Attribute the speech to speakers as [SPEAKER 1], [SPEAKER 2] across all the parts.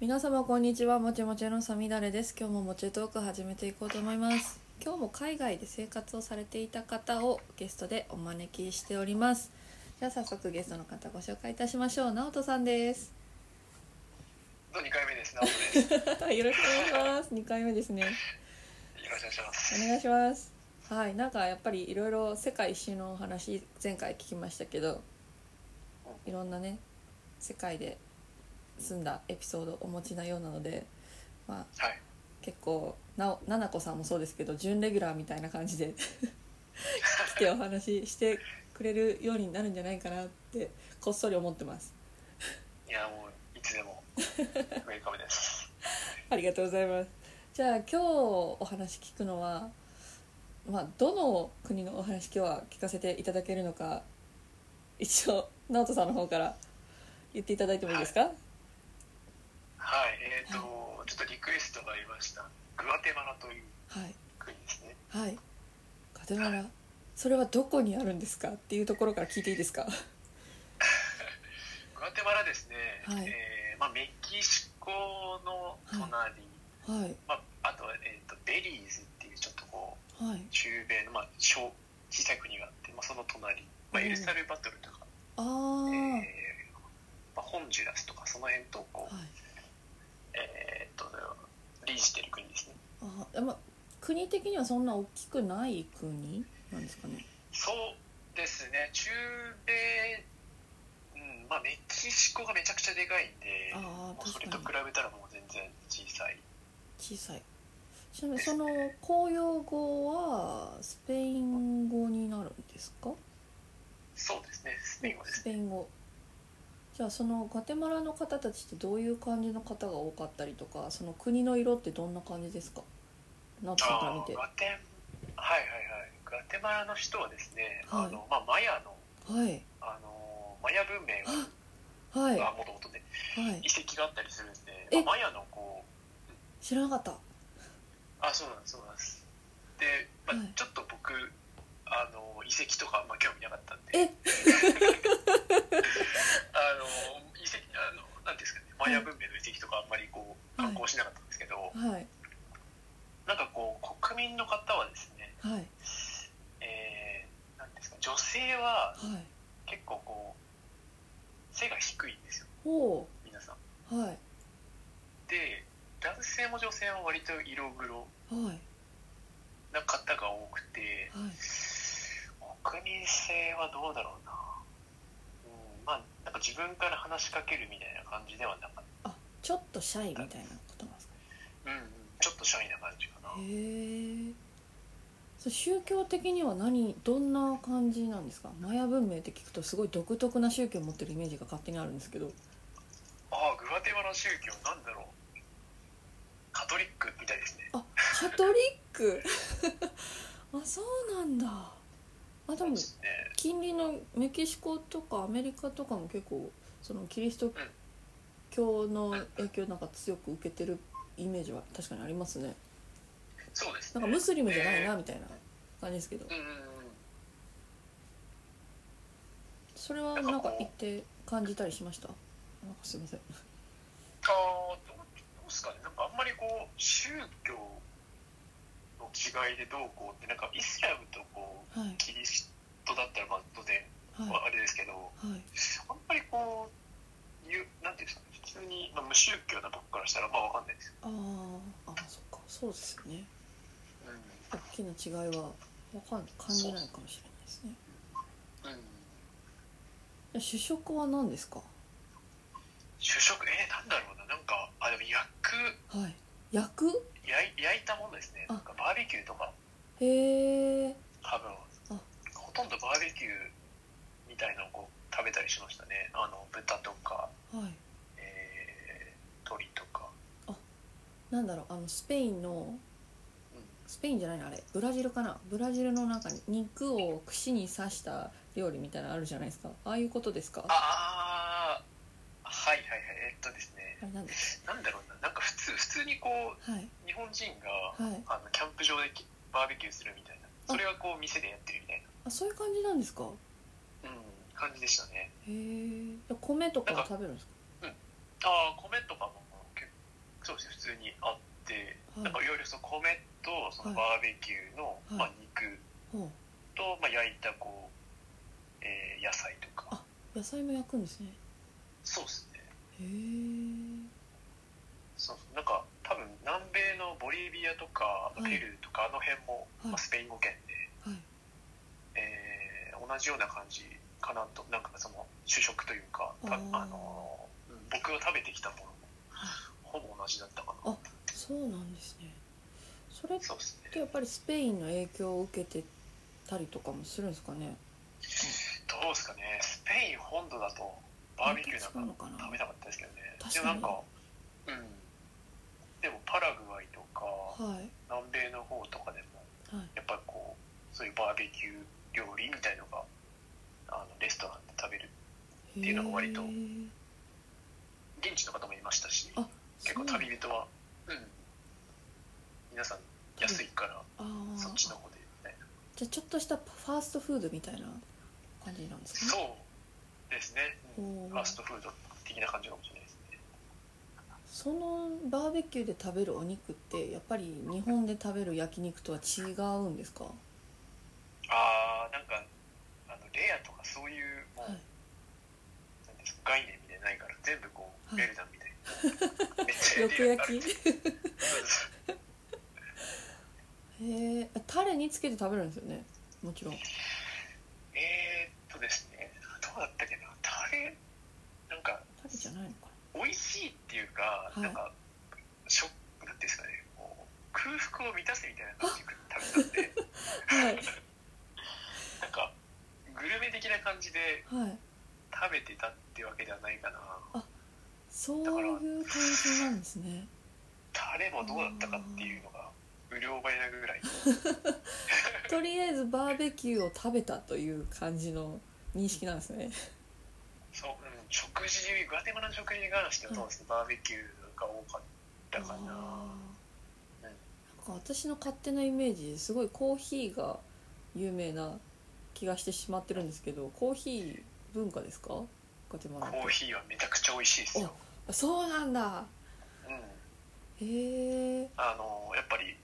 [SPEAKER 1] 皆様こんにちはもちもちのさみだれです今日ももちトーク始めていこうと思います今日も海外で生活をされていた方をゲストでお招きしておりますじゃあ早速ゲストの方ご紹介いたしましょう直人さんです
[SPEAKER 2] の二回目です。直人です。よ
[SPEAKER 1] よろしくお願いします2回目ですね
[SPEAKER 2] ろしくお願いします。
[SPEAKER 1] お願いしますはいなんかやっぱりいろいろ世界一周のお話前回聞きましたけどいろんなね世界で住んだエピソードをお持ちなようなのでまあ
[SPEAKER 2] はい。
[SPEAKER 1] 結構なおななこさんもそうですけど準レギュラーみたいな感じ で来てお話ししてくれるようになるんじゃないかなってこっそり思ってます
[SPEAKER 2] いや、もう、いつでも。ウェルカムです。
[SPEAKER 1] ありがとうございますじゃあ今日お話聞くのは、まあ、どの国のお話今日は聞かせていただけるのか一応直人さんの方から言っていただいてもいいですか、
[SPEAKER 2] はい、えっ、と、ちょっとリクエストがありました。グアテマラという
[SPEAKER 1] はい
[SPEAKER 2] 国ですね。
[SPEAKER 1] はいガテマラそれはどこにあるんですかっていうところから聞いていいですか
[SPEAKER 2] グアテマラですね。
[SPEAKER 1] はい
[SPEAKER 2] えーまあ、メキシコの隣。
[SPEAKER 1] はい
[SPEAKER 2] まあ、あとは、えっ、と、ベリーズっていう、ちょっとこう、
[SPEAKER 1] はい
[SPEAKER 2] 中米の、まあ、小、小さい国があって、まあ、その隣。まあ、
[SPEAKER 1] うん
[SPEAKER 2] エルサルバトルとか、
[SPEAKER 1] ああ、
[SPEAKER 2] えーまあ、ホンジュラスとか、その辺と、こう、
[SPEAKER 1] はい
[SPEAKER 2] えっ、と、リージしてる国ですね。
[SPEAKER 1] あー、まあ、国的にはそんな大きくない国なんですかね。
[SPEAKER 2] そうですね、中米、うんまあ、メキシコがめちゃくちゃでかいんで、
[SPEAKER 1] あ
[SPEAKER 2] も
[SPEAKER 1] あ、
[SPEAKER 2] うそれ
[SPEAKER 1] 確か
[SPEAKER 2] と比
[SPEAKER 1] に
[SPEAKER 2] べたらもう全然小さい。
[SPEAKER 1] 小さい。ちなみにその公用語はスペイン語になるんですか？
[SPEAKER 2] そうですね、スペイン語です
[SPEAKER 1] ス。ペイン語。じゃあそのガテマラの方たちってどういう感じの方が多かったりとか、その国の色ってどんな感じですか？ナッツさんから見
[SPEAKER 2] あー
[SPEAKER 1] て。は
[SPEAKER 2] ガテンはいはいはい、ガテマラの人はですね、
[SPEAKER 1] はい
[SPEAKER 2] あのまあ、マヤの
[SPEAKER 1] い
[SPEAKER 2] あのマヤ文明
[SPEAKER 1] はい
[SPEAKER 2] が
[SPEAKER 1] は
[SPEAKER 2] もともとね
[SPEAKER 1] い
[SPEAKER 2] 遺。跡があったりするんで、
[SPEAKER 1] え
[SPEAKER 2] まあマヤのこう
[SPEAKER 1] 知らなかった。
[SPEAKER 2] あそうなんですそうなんですで、まあ
[SPEAKER 1] はい
[SPEAKER 2] ちょっと僕あの遺跡とかあんま興味なかったんで
[SPEAKER 1] え、
[SPEAKER 2] あの遺跡あのなんていうんですかねマヤ文明の遺跡とかあんまりこう
[SPEAKER 1] はい
[SPEAKER 2] 観光しなかったんですけど、
[SPEAKER 1] はい
[SPEAKER 2] なんかこう国民の方はですね、
[SPEAKER 1] はいはい
[SPEAKER 2] えー、なんていうんですか女性は結構こう背が低いんですよ
[SPEAKER 1] ほ
[SPEAKER 2] 皆さん
[SPEAKER 1] うはい
[SPEAKER 2] で男性も女性も割と色黒
[SPEAKER 1] はいはい。
[SPEAKER 2] な方が多くて国民性はどうだろうなうんまあなんか自分から話しかけるみたいな感じではなかっ
[SPEAKER 1] あちょっとシャイみたいなことなんですか
[SPEAKER 2] た、うんうん、ちょっとシャイな感じかな
[SPEAKER 1] へえそう宗教的には何どんな感じなんですかマヤ文明って聞くとすごい独特な宗教を持ってるイメージが勝手にあるんですけど
[SPEAKER 2] ああグアテマラ宗教なんだろうカトリックみたいですね
[SPEAKER 1] あカトリック あそうなんだあでも
[SPEAKER 2] ですね
[SPEAKER 1] 近隣のメキシコとかアメリカとかも結構そのキリスト教の影響なんか強く受けてるイメージは確かにありますね
[SPEAKER 2] そうです
[SPEAKER 1] な
[SPEAKER 2] ね
[SPEAKER 1] んかムスリムじゃないなみたいな感じですけど
[SPEAKER 2] うんうんうん
[SPEAKER 1] それはなんか行って感じたりしましたなんかすいません
[SPEAKER 2] ああどうどうですかねなんかあんまりこう宗教の違いでどうこうってなんかイスラムとこう
[SPEAKER 1] はい
[SPEAKER 2] キリストだったらまあ当然
[SPEAKER 1] はい
[SPEAKER 2] あれですけど、
[SPEAKER 1] はい
[SPEAKER 2] あんまりこう言うなんていうんですかね普通に、まあ、無宗教な僕からしたらまあわかんないですよ、
[SPEAKER 1] あーあそっかそうですよね大きな違いはわかん感じないかもしれないですね
[SPEAKER 2] うん
[SPEAKER 1] じゃあ主食は何ですか
[SPEAKER 2] 主食えー、なんだろうななんかあでも焼く
[SPEAKER 1] はい焼く
[SPEAKER 2] 焼い焼いたものですね
[SPEAKER 1] あ
[SPEAKER 2] なんかバーベキューとか
[SPEAKER 1] へえ
[SPEAKER 2] 多分
[SPEAKER 1] あ
[SPEAKER 2] ほとんどバーベキューみたいのをこう食べたりしましたねあの豚とか
[SPEAKER 1] はい
[SPEAKER 2] えー鳥とか、
[SPEAKER 1] なんだろうあのスペインの
[SPEAKER 2] うん、
[SPEAKER 1] スペインじゃないのあれブラジルかなブラジルの中に肉を串に刺した料理みたいなのあるじゃないですかああいうことですかあ
[SPEAKER 2] ああはいはいはいえっとですね
[SPEAKER 1] れなんです
[SPEAKER 2] なんだろうななんか普通普通にこう
[SPEAKER 1] かはい
[SPEAKER 2] 日本人が、
[SPEAKER 1] はい
[SPEAKER 2] あのキャンプ場でバーベキューするみたいなそれはこう店でやってるみたい
[SPEAKER 1] あそういう感じなんですか
[SPEAKER 2] な、うん、感じでしたね
[SPEAKER 1] へえ米とかは食べるんですか
[SPEAKER 2] ああ米とかも結
[SPEAKER 1] はい
[SPEAKER 2] なんかいわゆるその米とそのバーベキューの、
[SPEAKER 1] い
[SPEAKER 2] まあ、肉
[SPEAKER 1] ほ
[SPEAKER 2] と、まあ、焼いたこう、えー野菜とか
[SPEAKER 1] あう野菜も焼くんですね
[SPEAKER 2] そうですね
[SPEAKER 1] へえ
[SPEAKER 2] そうそうなんか多分南米のボリビアとか
[SPEAKER 1] はい
[SPEAKER 2] ペルーとかあの辺も、
[SPEAKER 1] はい
[SPEAKER 2] まあ、スペイン語圏で、
[SPEAKER 1] はい
[SPEAKER 2] えー同じような感じかなとなんかその主食というかた
[SPEAKER 1] あー
[SPEAKER 2] あのうん僕が食べてきたものもほぼ同じだったかな
[SPEAKER 1] あそうなんですねそれっ
[SPEAKER 2] そうですね
[SPEAKER 1] てやっぱりスペインの影響を受けてたりとかもするんですかね
[SPEAKER 2] どうですかねスペイン本土だとバーベキューなんか
[SPEAKER 1] 違うのかな
[SPEAKER 2] 食べなかったですけどね
[SPEAKER 1] 確かに
[SPEAKER 2] でもなんかうんでもパラグアイとか
[SPEAKER 1] はい
[SPEAKER 2] 南米の方とかでも
[SPEAKER 1] はい
[SPEAKER 2] やっぱりこうそういうバーベキュー料理みたいのがあのレストランで食べる
[SPEAKER 1] って
[SPEAKER 2] いうのが割と現地の方もいましたし
[SPEAKER 1] あ
[SPEAKER 2] 結構旅人はうん皆さん安いから
[SPEAKER 1] ああ
[SPEAKER 2] そっちの
[SPEAKER 1] じ
[SPEAKER 2] 方でみたいな
[SPEAKER 1] ゃあちょっとしたファーストフードみたいな感じなんですかね
[SPEAKER 2] そうですね、うん
[SPEAKER 1] おー
[SPEAKER 2] ファーストフード的な感じかもしれないですね
[SPEAKER 1] そのバーベキューで食べるお肉ってやっぱり日本で食べる焼肉とは違うんですかは
[SPEAKER 2] ああなんかあのレアとかそういうもう、なんですか概念みたいなのないから全部こう
[SPEAKER 1] はい
[SPEAKER 2] ベルダンみたい な、めっち
[SPEAKER 1] い
[SPEAKER 2] ゃ
[SPEAKER 1] よく
[SPEAKER 2] レアになる
[SPEAKER 1] 焼きへえタレにつけて食べるんですよねもちろん
[SPEAKER 2] えー、っとですねどうだったっけなタレなんか
[SPEAKER 1] タレじゃないのか
[SPEAKER 2] 美味しいっていうか、
[SPEAKER 1] はい
[SPEAKER 2] なんかショックなんていうんですかねこう空腹を満たすみたいな感じで食べたんで
[SPEAKER 1] なはい
[SPEAKER 2] なんかグルメ的な感じで
[SPEAKER 1] はい
[SPEAKER 2] 食べてたってわけではないかな
[SPEAKER 1] そういう感じなんですね
[SPEAKER 2] タレもどうだったかっていうのがう両ばいなぐらい
[SPEAKER 1] とりあえずバーベキューを食べたという感じの認識なんですね
[SPEAKER 2] そう、うん、食事グアテマラの食事に関してはそうですね、バーベキューが多かったかな
[SPEAKER 1] あーなんか私の勝手なイメージすごいコーヒーが有名な気がしてしまってるんですけどコーヒー文化ですかガテマラって
[SPEAKER 2] コーヒーはめちゃくちゃ美味しいですよ、
[SPEAKER 1] あそうなんだ
[SPEAKER 2] うん、
[SPEAKER 1] へえ
[SPEAKER 2] あのやっぱり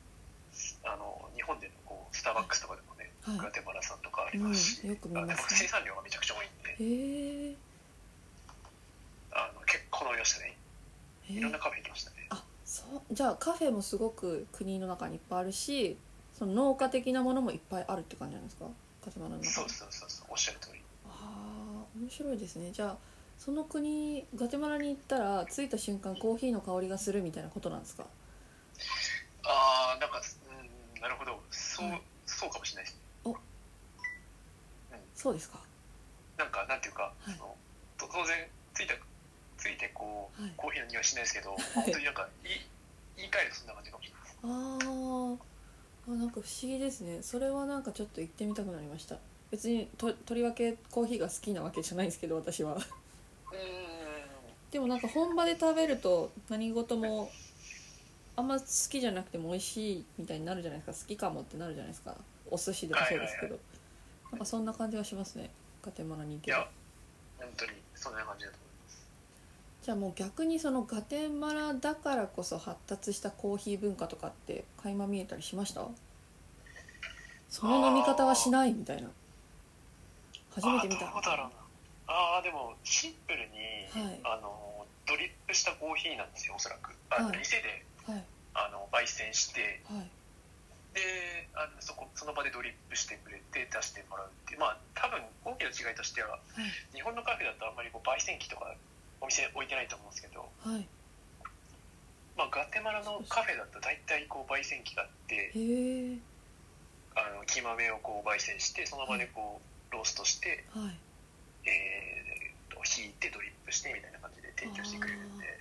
[SPEAKER 2] あの日本でのこうスターバックスとかでもね、
[SPEAKER 1] はい
[SPEAKER 2] グアテマラさんとかありますし、
[SPEAKER 1] うんよく見ますね
[SPEAKER 2] あでも生産量がめちゃくちゃ多いんで
[SPEAKER 1] へえ
[SPEAKER 2] あの結構飲みましたねいろんなカフェ行きましたね
[SPEAKER 1] あそうじゃあカフェもすごく国の中にいっぱいあるしその農家的なものもいっぱいあるって感じなんですかガテマラの中に
[SPEAKER 2] そうそうそうそうおっしゃる通り
[SPEAKER 1] あー面白いですねじゃあその国ガテマラに行ったら着いた瞬間コーヒーの香りがするみたいなことなんですか
[SPEAKER 2] ああなんかうんなるほどそう、
[SPEAKER 1] はい
[SPEAKER 2] そうかもしれないです
[SPEAKER 1] そうですか
[SPEAKER 2] なんかなんていうか、
[SPEAKER 1] はい
[SPEAKER 2] そのと当然ついたついてこう、
[SPEAKER 1] はい
[SPEAKER 2] コーヒーの匂いしないですけど、本当になんか言い言い換えるとそんな感じかもしれないです
[SPEAKER 1] あーあなんか不思議ですねそれはなんかちょっと行ってみたくなりました別にととりわけコーヒーが好きなわけじゃないんですけど私は
[SPEAKER 2] う
[SPEAKER 1] でもなんか本場で食べると何事もあんま好きじゃなくても美味しいみたいになるじゃないですか好きかもってなるじゃないですかお寿司でもそうですけど、なんかそんな感じがしますねガテマラに行
[SPEAKER 2] ーんい
[SPEAKER 1] けば
[SPEAKER 2] や本当にそんな感じだと思います
[SPEAKER 1] じゃあもう逆にそのガテンマラだからこそ発達したコーヒー文化とかって垣間見えたりしましたその飲み方はしないみたいな初めて見た
[SPEAKER 2] あどうだろうなああでもシンプルに、
[SPEAKER 1] はい
[SPEAKER 2] あのドリップしたコーヒーなんですよおそらくあの、
[SPEAKER 1] はい
[SPEAKER 2] 店で
[SPEAKER 1] はい
[SPEAKER 2] あの焙煎して
[SPEAKER 1] はい
[SPEAKER 2] であのそこその場でドリップしてくれて出してもらうっていうまあ多分大きな違いとして
[SPEAKER 1] は
[SPEAKER 2] は日本のカフェだとあんまりこう焙煎機とかお店置いてないと思うんですけど、
[SPEAKER 1] いはい
[SPEAKER 2] まあ、ガテマラのカフェだと大体こう焙煎機があって
[SPEAKER 1] へえ
[SPEAKER 2] あの木豆をこう焙煎してその場でこうローストして、
[SPEAKER 1] はい
[SPEAKER 2] えーと、引いてドリップしてみたいな感じで提供してくれるんで、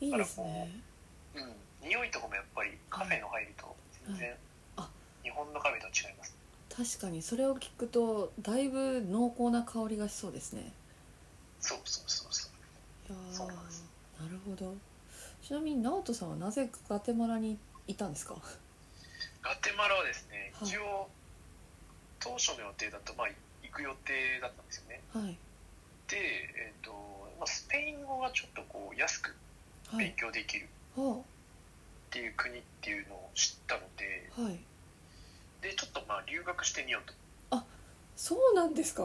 [SPEAKER 1] いいですね
[SPEAKER 2] うん、匂いとかもやっぱりカフェの入ると全然、
[SPEAKER 1] あ
[SPEAKER 2] 日本のカフェとは違います
[SPEAKER 1] 確かにそれを聞くとだいぶ濃厚な香りがしそうですね
[SPEAKER 2] そうそうそうそう
[SPEAKER 1] いやー
[SPEAKER 2] そうなんです
[SPEAKER 1] なるほどちなみに直人さんはなぜガテマラにいたんですか
[SPEAKER 2] ガテマラはですね
[SPEAKER 1] はい
[SPEAKER 2] 一応当初の予定だとまあ行く予定だったんですよね
[SPEAKER 1] はい
[SPEAKER 2] で、えーとまあ、スペイン語がちょっとこう安く
[SPEAKER 1] は
[SPEAKER 2] 勉
[SPEAKER 1] い
[SPEAKER 2] 強できる
[SPEAKER 1] は
[SPEAKER 2] っていう国っていうのを知ったので
[SPEAKER 1] はい
[SPEAKER 2] でちょっとまあ留学してみようと
[SPEAKER 1] そうなんですか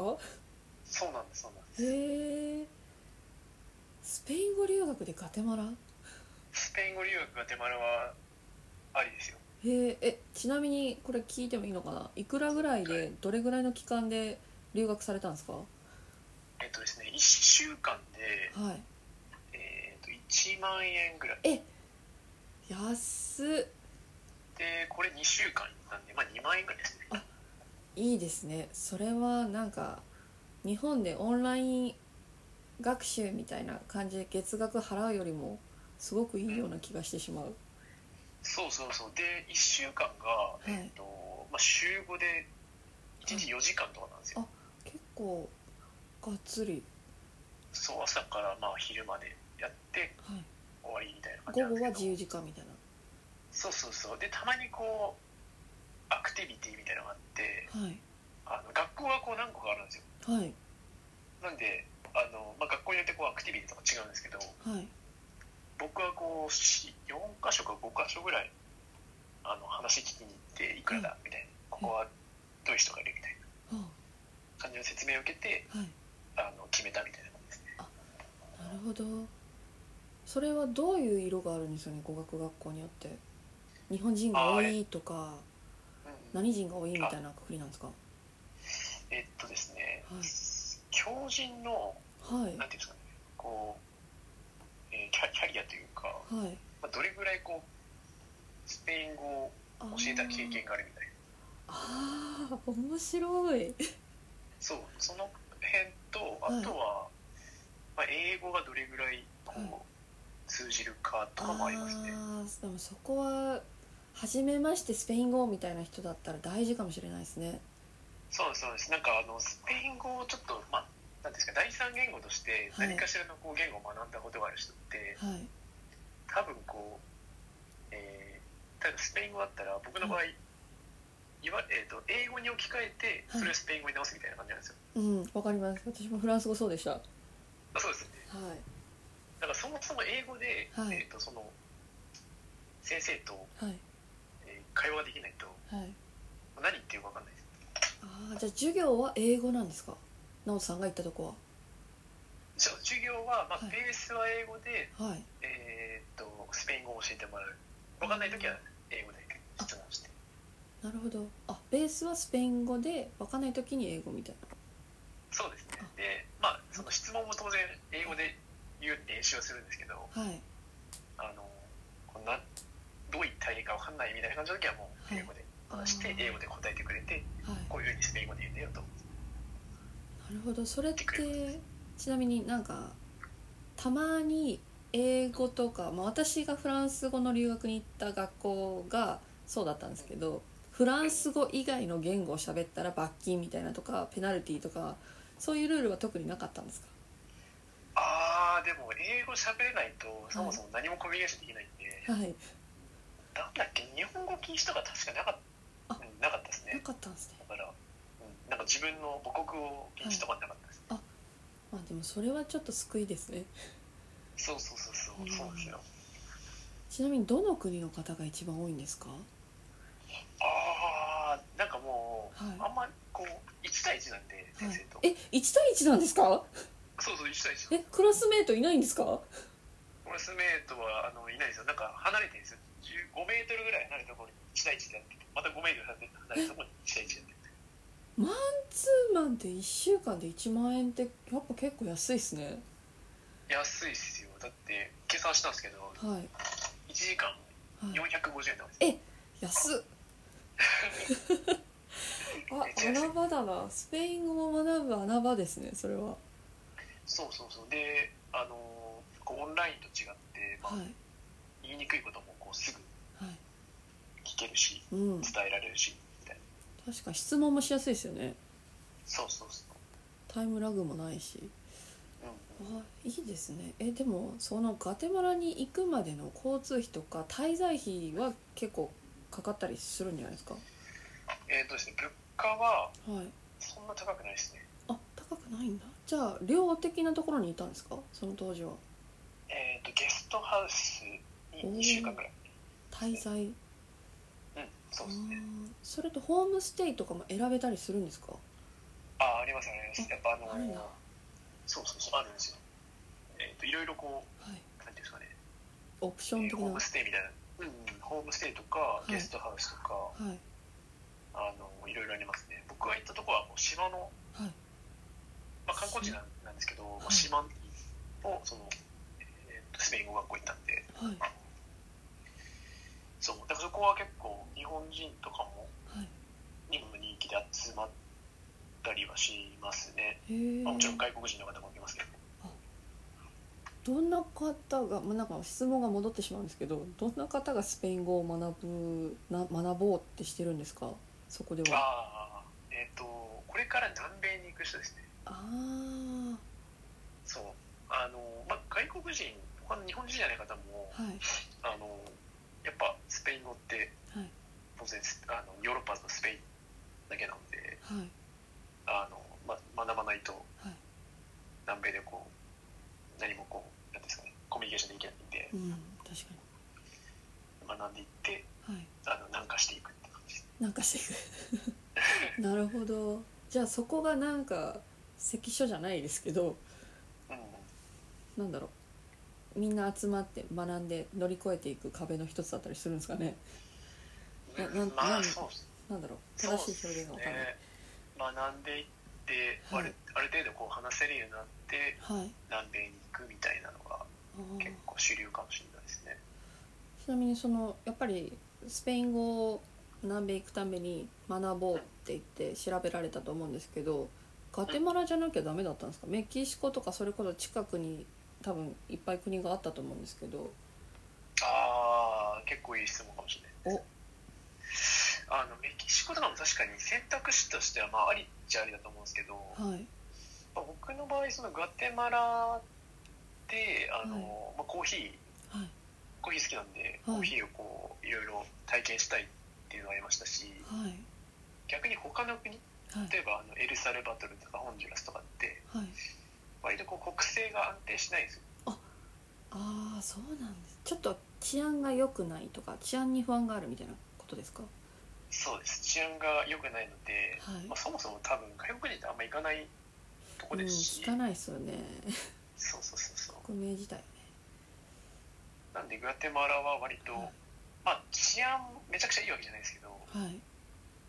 [SPEAKER 2] そうなんですそうなんです、
[SPEAKER 1] へえスペイン語留学でガテマラ
[SPEAKER 2] スペイン語留学が手マラはありですよ
[SPEAKER 1] へええちなみにこれ聞いてもいいのかないくらぐらいでどれぐらいの期間で留学されたんですかは
[SPEAKER 2] えっとですね1週間で、
[SPEAKER 1] い
[SPEAKER 2] えっと1万円ぐらい
[SPEAKER 1] 安っ
[SPEAKER 2] でこれ2週間なんで、まあ、2万円ぐらいですね
[SPEAKER 1] あいいですねそれはなんか日本でオンライン学習みたいな感じで月額払うよりもすごくいいような気がしてしまう
[SPEAKER 2] そうそうそうで1週間が、
[SPEAKER 1] い
[SPEAKER 2] えっとまあ、週5で1日4時間とかなんですよ、
[SPEAKER 1] あ結構がっつり、
[SPEAKER 2] そう朝からまあ昼までやって
[SPEAKER 1] はい、
[SPEAKER 2] 終わりみたいな感じ
[SPEAKER 1] 午
[SPEAKER 2] なん
[SPEAKER 1] 後は
[SPEAKER 2] で
[SPEAKER 1] 自
[SPEAKER 2] すけど
[SPEAKER 1] 由時間みたい
[SPEAKER 2] そうそうそうでたまにこうアクティビティみたいなのがあって
[SPEAKER 1] なはい
[SPEAKER 2] あの学校がこう何個かあるんですよ
[SPEAKER 1] はい
[SPEAKER 2] なんであの、まあ、学校によってこうアクティビティとか違うんですけど
[SPEAKER 1] はい
[SPEAKER 2] 僕はこうし4か所か5か所ぐらいあの話聞きに行っていくらだみたいな、ここはどういう人がいるみたいな
[SPEAKER 1] は
[SPEAKER 2] 感じの説明を受けて
[SPEAKER 1] あはい
[SPEAKER 2] あの決めたみたいな感じですね
[SPEAKER 1] なるほどそれはどういう色があるんですよね語学学校によって日本人が多いとか
[SPEAKER 2] うん
[SPEAKER 1] 何人が多いみたいなくくりなんですか
[SPEAKER 2] えっとですね、
[SPEAKER 1] はい
[SPEAKER 2] 強靭の
[SPEAKER 1] はい
[SPEAKER 2] なんていうんですかねこう、えーキャキャリアというか、
[SPEAKER 1] はい
[SPEAKER 2] まあ、どれぐらいこうスペイン語を
[SPEAKER 1] あ
[SPEAKER 2] 教
[SPEAKER 1] ー
[SPEAKER 2] えた経験があるみたいな
[SPEAKER 1] あー面白い
[SPEAKER 2] そうその辺とあとは、まあ、英語がどれぐらいこう、
[SPEAKER 1] はい
[SPEAKER 2] 通じるかとかもありますね
[SPEAKER 1] あーでもそこは初めましてスペイン語みたいな人だったら大事かもしれないですね
[SPEAKER 2] そうですそうですなんかあのスペイン語をちょっとまあなんていうんですか第三言語として
[SPEAKER 1] はい
[SPEAKER 2] 何かしらのこう言語を学んだことがある人って、
[SPEAKER 1] はい
[SPEAKER 2] 多分こう、えー、例えばスペイン語だったら僕の場合、いわえー、と英語に置き換え
[SPEAKER 1] は
[SPEAKER 2] て
[SPEAKER 1] い
[SPEAKER 2] それをスペイン語に直すみたいな感じなんですよ、
[SPEAKER 1] うんわかります私もフランス語そうでしたは
[SPEAKER 2] あそうですよねだからそもそも英語で、
[SPEAKER 1] はい
[SPEAKER 2] えー、とその先生と、
[SPEAKER 1] いはい
[SPEAKER 2] えー会話ができないと
[SPEAKER 1] はい
[SPEAKER 2] 何言ってるか分かんないです
[SPEAKER 1] ああじゃあ授業は英語なんですか直人さんが行ったとこ
[SPEAKER 2] じゃあ授業は、まあ
[SPEAKER 1] はい
[SPEAKER 2] ベースは英語で、
[SPEAKER 1] ははい
[SPEAKER 2] えー、とスペイン語を教えてもらう分かんない時は英語で質問して
[SPEAKER 1] なるほどあベースはスペイン語で分かんない時に英語みたいな
[SPEAKER 2] そうですねでまあその質問も当然英語で言う練習はするんですけど、
[SPEAKER 1] はい
[SPEAKER 2] あのこんなどう言ったらいいかわかんないみたいな感じの時はもう
[SPEAKER 1] はい
[SPEAKER 2] 英語で話して、
[SPEAKER 1] あー
[SPEAKER 2] 英語で答えてくれて
[SPEAKER 1] はい
[SPEAKER 2] こういうふうにスペイン語で言うんだよと
[SPEAKER 1] なるほどそれってちなみになんかたまに英語とか、まあ、私がフランス語の留学に行った学校がそうだったんですけどフランス語以外の言語を喋ったら罰金みたいなとかペナルティとかそういうルールは特になかったんですか
[SPEAKER 2] ああでも英語喋れないとそもそも何もコミュニケーションできないんで、
[SPEAKER 1] はい
[SPEAKER 2] なんだっけ日本語禁止とか確かなかった
[SPEAKER 1] あ
[SPEAKER 2] なかったです
[SPEAKER 1] な
[SPEAKER 2] ね
[SPEAKER 1] かったんですね
[SPEAKER 2] だから、うん、なんか自分の母国語禁止とかなかったですね、
[SPEAKER 1] まあでもそれはちょっと救いですね
[SPEAKER 2] そうそうそうそう、
[SPEAKER 1] うん
[SPEAKER 2] そうなんですよ
[SPEAKER 1] ちなみにどの国の方が一番多いんですか
[SPEAKER 2] ああなんかもう、
[SPEAKER 1] はい
[SPEAKER 2] あんまこう1対1なんで先生と、
[SPEAKER 1] はい、え一1対1なんですか
[SPEAKER 2] そうそう1対1
[SPEAKER 1] えクラスメートいないんですか
[SPEAKER 2] クラスメートはあのいないですよ、なんか離れてるんですよ、5メートルぐらい離れたところに1対1でやってて、また5メートル離れたところに1対1でやってて、
[SPEAKER 1] ツーマンって1週間で1万円ってやっぱ結構安いですね
[SPEAKER 2] 安いっすよ、だって計算したんですけど、
[SPEAKER 1] はい、
[SPEAKER 2] 1時間
[SPEAKER 1] はい、
[SPEAKER 2] 450円なんです
[SPEAKER 1] え
[SPEAKER 2] よ、
[SPEAKER 1] 安っあ
[SPEAKER 2] めっちゃ安い
[SPEAKER 1] 穴場だなスペイン語も学ぶ穴場ですねそれは
[SPEAKER 2] そうそうそう、で、あのーこうオンラインと違って、ま
[SPEAKER 1] は
[SPEAKER 2] あ
[SPEAKER 1] い、
[SPEAKER 2] 言いにくいこともこうすぐ
[SPEAKER 1] はい
[SPEAKER 2] 聞けるし、
[SPEAKER 1] うん
[SPEAKER 2] 伝えられるし、みたいな、
[SPEAKER 1] 確か質問もしやすいですよね
[SPEAKER 2] そうそうそう、
[SPEAKER 1] タイムラグもないし
[SPEAKER 2] うんうん、
[SPEAKER 1] あいいですねえでもそのガテマラに行くまでの交通費とか滞在費は結構かかったりするんじゃないですか
[SPEAKER 2] えっ、とですね、物価は
[SPEAKER 1] はい
[SPEAKER 2] そんな高くないですね、
[SPEAKER 1] あ高くないんだじゃあ寮的なところにいたんですかその当時は
[SPEAKER 2] えっ、と、ゲストハウスに2週間ぐらい。
[SPEAKER 1] 高滞在
[SPEAKER 2] うん、そうですね。
[SPEAKER 1] あーそれとホームステイとかも選べたりするんですか
[SPEAKER 2] あ、ありますあります。やっぱあの
[SPEAKER 1] あるんだ
[SPEAKER 2] そうそうそう、あるんですよ。えっ、と、いろいろこ
[SPEAKER 1] はい、
[SPEAKER 2] う、なんていうんですかね、
[SPEAKER 1] オプシ
[SPEAKER 2] え
[SPEAKER 1] ョン
[SPEAKER 2] ー
[SPEAKER 1] 的
[SPEAKER 2] ホ
[SPEAKER 1] な、
[SPEAKER 2] ームステイみたいな、うんうん、ホームステイとか、
[SPEAKER 1] い
[SPEAKER 2] ゲストハウスとか、
[SPEAKER 1] はい
[SPEAKER 2] あの、いろいろありますね。僕が行ったとこは、もう島の、
[SPEAKER 1] はい
[SPEAKER 2] まあ、観光地なんなんですけど、ま
[SPEAKER 1] は
[SPEAKER 2] あ、
[SPEAKER 1] い
[SPEAKER 2] 島の、その、えーとスペイン語学校行ったんで、
[SPEAKER 1] はい
[SPEAKER 2] そう、だからそこは結構、日本人とかも、
[SPEAKER 1] はい
[SPEAKER 2] にも人気で集まったりはしますね。
[SPEAKER 1] へえ
[SPEAKER 2] まあ、もちろん外国人の方もいますけど。
[SPEAKER 1] どんな方が、まあ、なんか質問が戻ってしまうんですけどどんな方がスペイン語を学ぶな学ぼうってしてるんですかそこでは
[SPEAKER 2] ああ、えっ、と、これから南米に行く人ですね。
[SPEAKER 1] ああ
[SPEAKER 2] そう。あの、まあ、外国人、他の日本人じゃない方も、
[SPEAKER 1] はい
[SPEAKER 2] あの、やっぱスペイン語って、
[SPEAKER 1] はい
[SPEAKER 2] 当然スあのヨーロッパとスペインだけなので、
[SPEAKER 1] はい
[SPEAKER 2] あの、ま、学ばないと
[SPEAKER 1] はい
[SPEAKER 2] 南米でこう、何もこう、なんていうんですかね、コミュニケーションできないんで
[SPEAKER 1] う、ん確か
[SPEAKER 2] 学んでいって、
[SPEAKER 1] にはい
[SPEAKER 2] あの、南下していくって感じです。
[SPEAKER 1] なんか していくなるほどじゃあそこがなんか関所じゃないですけど
[SPEAKER 2] うん。
[SPEAKER 1] なんだろうみんな集まって学んで乗り越えていく壁の一つだったりするんですかねななん
[SPEAKER 2] ま
[SPEAKER 1] なん
[SPEAKER 2] あ、そうです
[SPEAKER 1] なんだろう正しい表現がわからない、
[SPEAKER 2] ね。学んでいって、あるある程度こう話せるようになって、
[SPEAKER 1] はい
[SPEAKER 2] 南米に行くみたいなのが
[SPEAKER 1] あー
[SPEAKER 2] 結構主流かもしれないですね。
[SPEAKER 1] ちなみにそのやっぱりスペイン語を南米行くために学ぼうって言って調べられたと思うんですけどガテマラじゃなきゃダメだったんですかメキシコとかそれこそ近くに多分いっぱい国があったと思うんですけど
[SPEAKER 2] ああ、結構いい質問かもしれない。
[SPEAKER 1] お
[SPEAKER 2] あのメキシコとかも確かに選択肢としてはまあありっちゃありだと思うんですけど、
[SPEAKER 1] はい
[SPEAKER 2] まあ僕の場合そのガテマラであの、まあコーヒー
[SPEAKER 1] はい
[SPEAKER 2] コーヒー好きなんで、コーヒーをこういろいろ体験したいっていうのがありましたし、
[SPEAKER 1] はい
[SPEAKER 2] 逆に他の国
[SPEAKER 1] はい
[SPEAKER 2] 例えばあのエルサルバトルとかホンジュラスとかって
[SPEAKER 1] はい
[SPEAKER 2] 割とこう国政が安定しないんですよ。
[SPEAKER 1] ああそうなんですちょっと治安が良くないとか治安に不安があるみたいなことですか
[SPEAKER 2] そうです治安が良くないので、
[SPEAKER 1] はい
[SPEAKER 2] まあ、そもそも多分外国人ってあんま行かないとこ
[SPEAKER 1] うん
[SPEAKER 2] ですし、
[SPEAKER 1] 聞かないですよね
[SPEAKER 2] そうそうそうそう
[SPEAKER 1] 国名自体ね
[SPEAKER 2] なんでグアテマラは割と、
[SPEAKER 1] はい
[SPEAKER 2] まあ治安めちゃくちゃいいわけじゃないですけど、ま
[SPEAKER 1] はい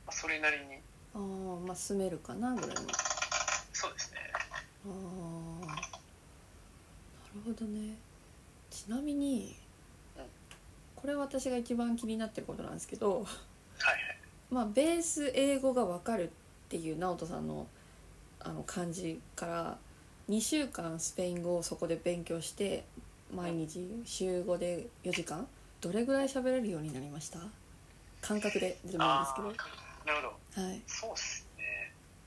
[SPEAKER 2] あ、それなりに
[SPEAKER 1] ああまあ住めるかなぐらいの
[SPEAKER 2] そうですね
[SPEAKER 1] あーなるほどねちなみに
[SPEAKER 2] うん
[SPEAKER 1] これ私が一番気になってることなんですけど、
[SPEAKER 2] はいはい
[SPEAKER 1] まあ、ベース英語がわかるっていう直人さんのあの感じから2週間スペイン語をそこで勉強して毎日週5で4時間どれぐらい喋れるようになりました感覚ででもいいんです
[SPEAKER 2] あーなるほど
[SPEAKER 1] けどはい
[SPEAKER 2] そうですね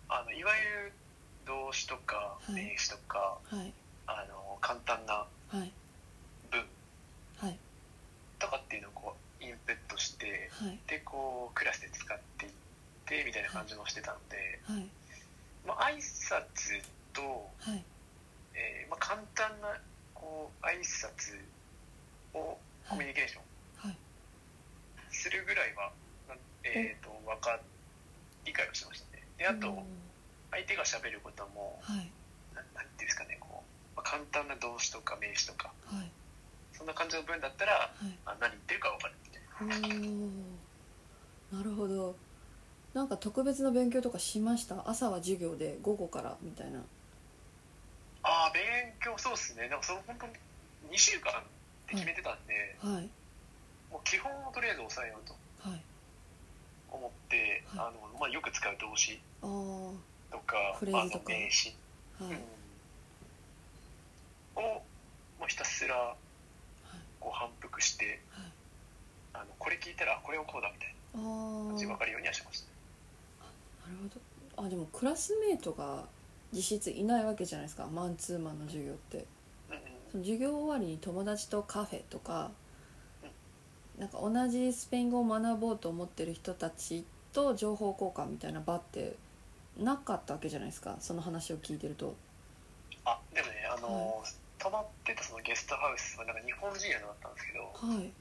[SPEAKER 2] あのいわゆる動詞とか
[SPEAKER 1] い
[SPEAKER 2] 名詞とか、
[SPEAKER 1] はい
[SPEAKER 2] あの簡単な
[SPEAKER 1] はい
[SPEAKER 2] 文
[SPEAKER 1] はい
[SPEAKER 2] とかっていうのをこうインプットして
[SPEAKER 1] はい
[SPEAKER 2] でこうクラスで使っていってみたいな感じもしてたので、
[SPEAKER 1] はい
[SPEAKER 2] まあ挨拶と、
[SPEAKER 1] はい
[SPEAKER 2] えーまあ、簡単なこう挨拶をコミュニケーション
[SPEAKER 1] はい
[SPEAKER 2] するぐらいは、なえー、と分か理解をしてましたねであ
[SPEAKER 1] うん
[SPEAKER 2] と相手がしゃべることも
[SPEAKER 1] はい
[SPEAKER 2] ななんていうんですかねこう、まあ、簡単な動詞とか名詞とか
[SPEAKER 1] はい
[SPEAKER 2] そんな感じの文だったら
[SPEAKER 1] はい
[SPEAKER 2] あ何言ってるか分かるみたいな
[SPEAKER 1] おーなるほどなんか特別な勉強とかしました朝は授業で午後からみたいな
[SPEAKER 2] ああ勉強そうですねでもその本当に2週間って決めてたんで、
[SPEAKER 1] はい
[SPEAKER 2] もう基本をとりあえず抑えようと
[SPEAKER 1] はい
[SPEAKER 2] 思って、
[SPEAKER 1] は
[SPEAKER 2] あのまあ、よく使う動詞
[SPEAKER 1] あー
[SPEAKER 2] とか
[SPEAKER 1] フレーズとか
[SPEAKER 2] あの名詞
[SPEAKER 1] はい
[SPEAKER 2] うんをもうひたすら
[SPEAKER 1] はい
[SPEAKER 2] こう反復して
[SPEAKER 1] はい
[SPEAKER 2] あのこれ聞いたらあこれをこうだみたい
[SPEAKER 1] あ
[SPEAKER 2] な感じ
[SPEAKER 1] ー
[SPEAKER 2] で
[SPEAKER 1] なる
[SPEAKER 2] 分かるようにはしました
[SPEAKER 1] ほどあでもクラスメートが実質いないわけじゃないですかマンツーマンの授業って
[SPEAKER 2] うんうん
[SPEAKER 1] その授業終わりに友達とカフェとか
[SPEAKER 2] うん
[SPEAKER 1] なんか同じスペイン語を学ぼうと思ってる人たちと情報交換みたいな場ってなかったわけじゃないですかその話を聞いてると
[SPEAKER 2] あでもねあの、泊まってたそのゲストハウスはなんか日本人やなだったんですけど
[SPEAKER 1] はい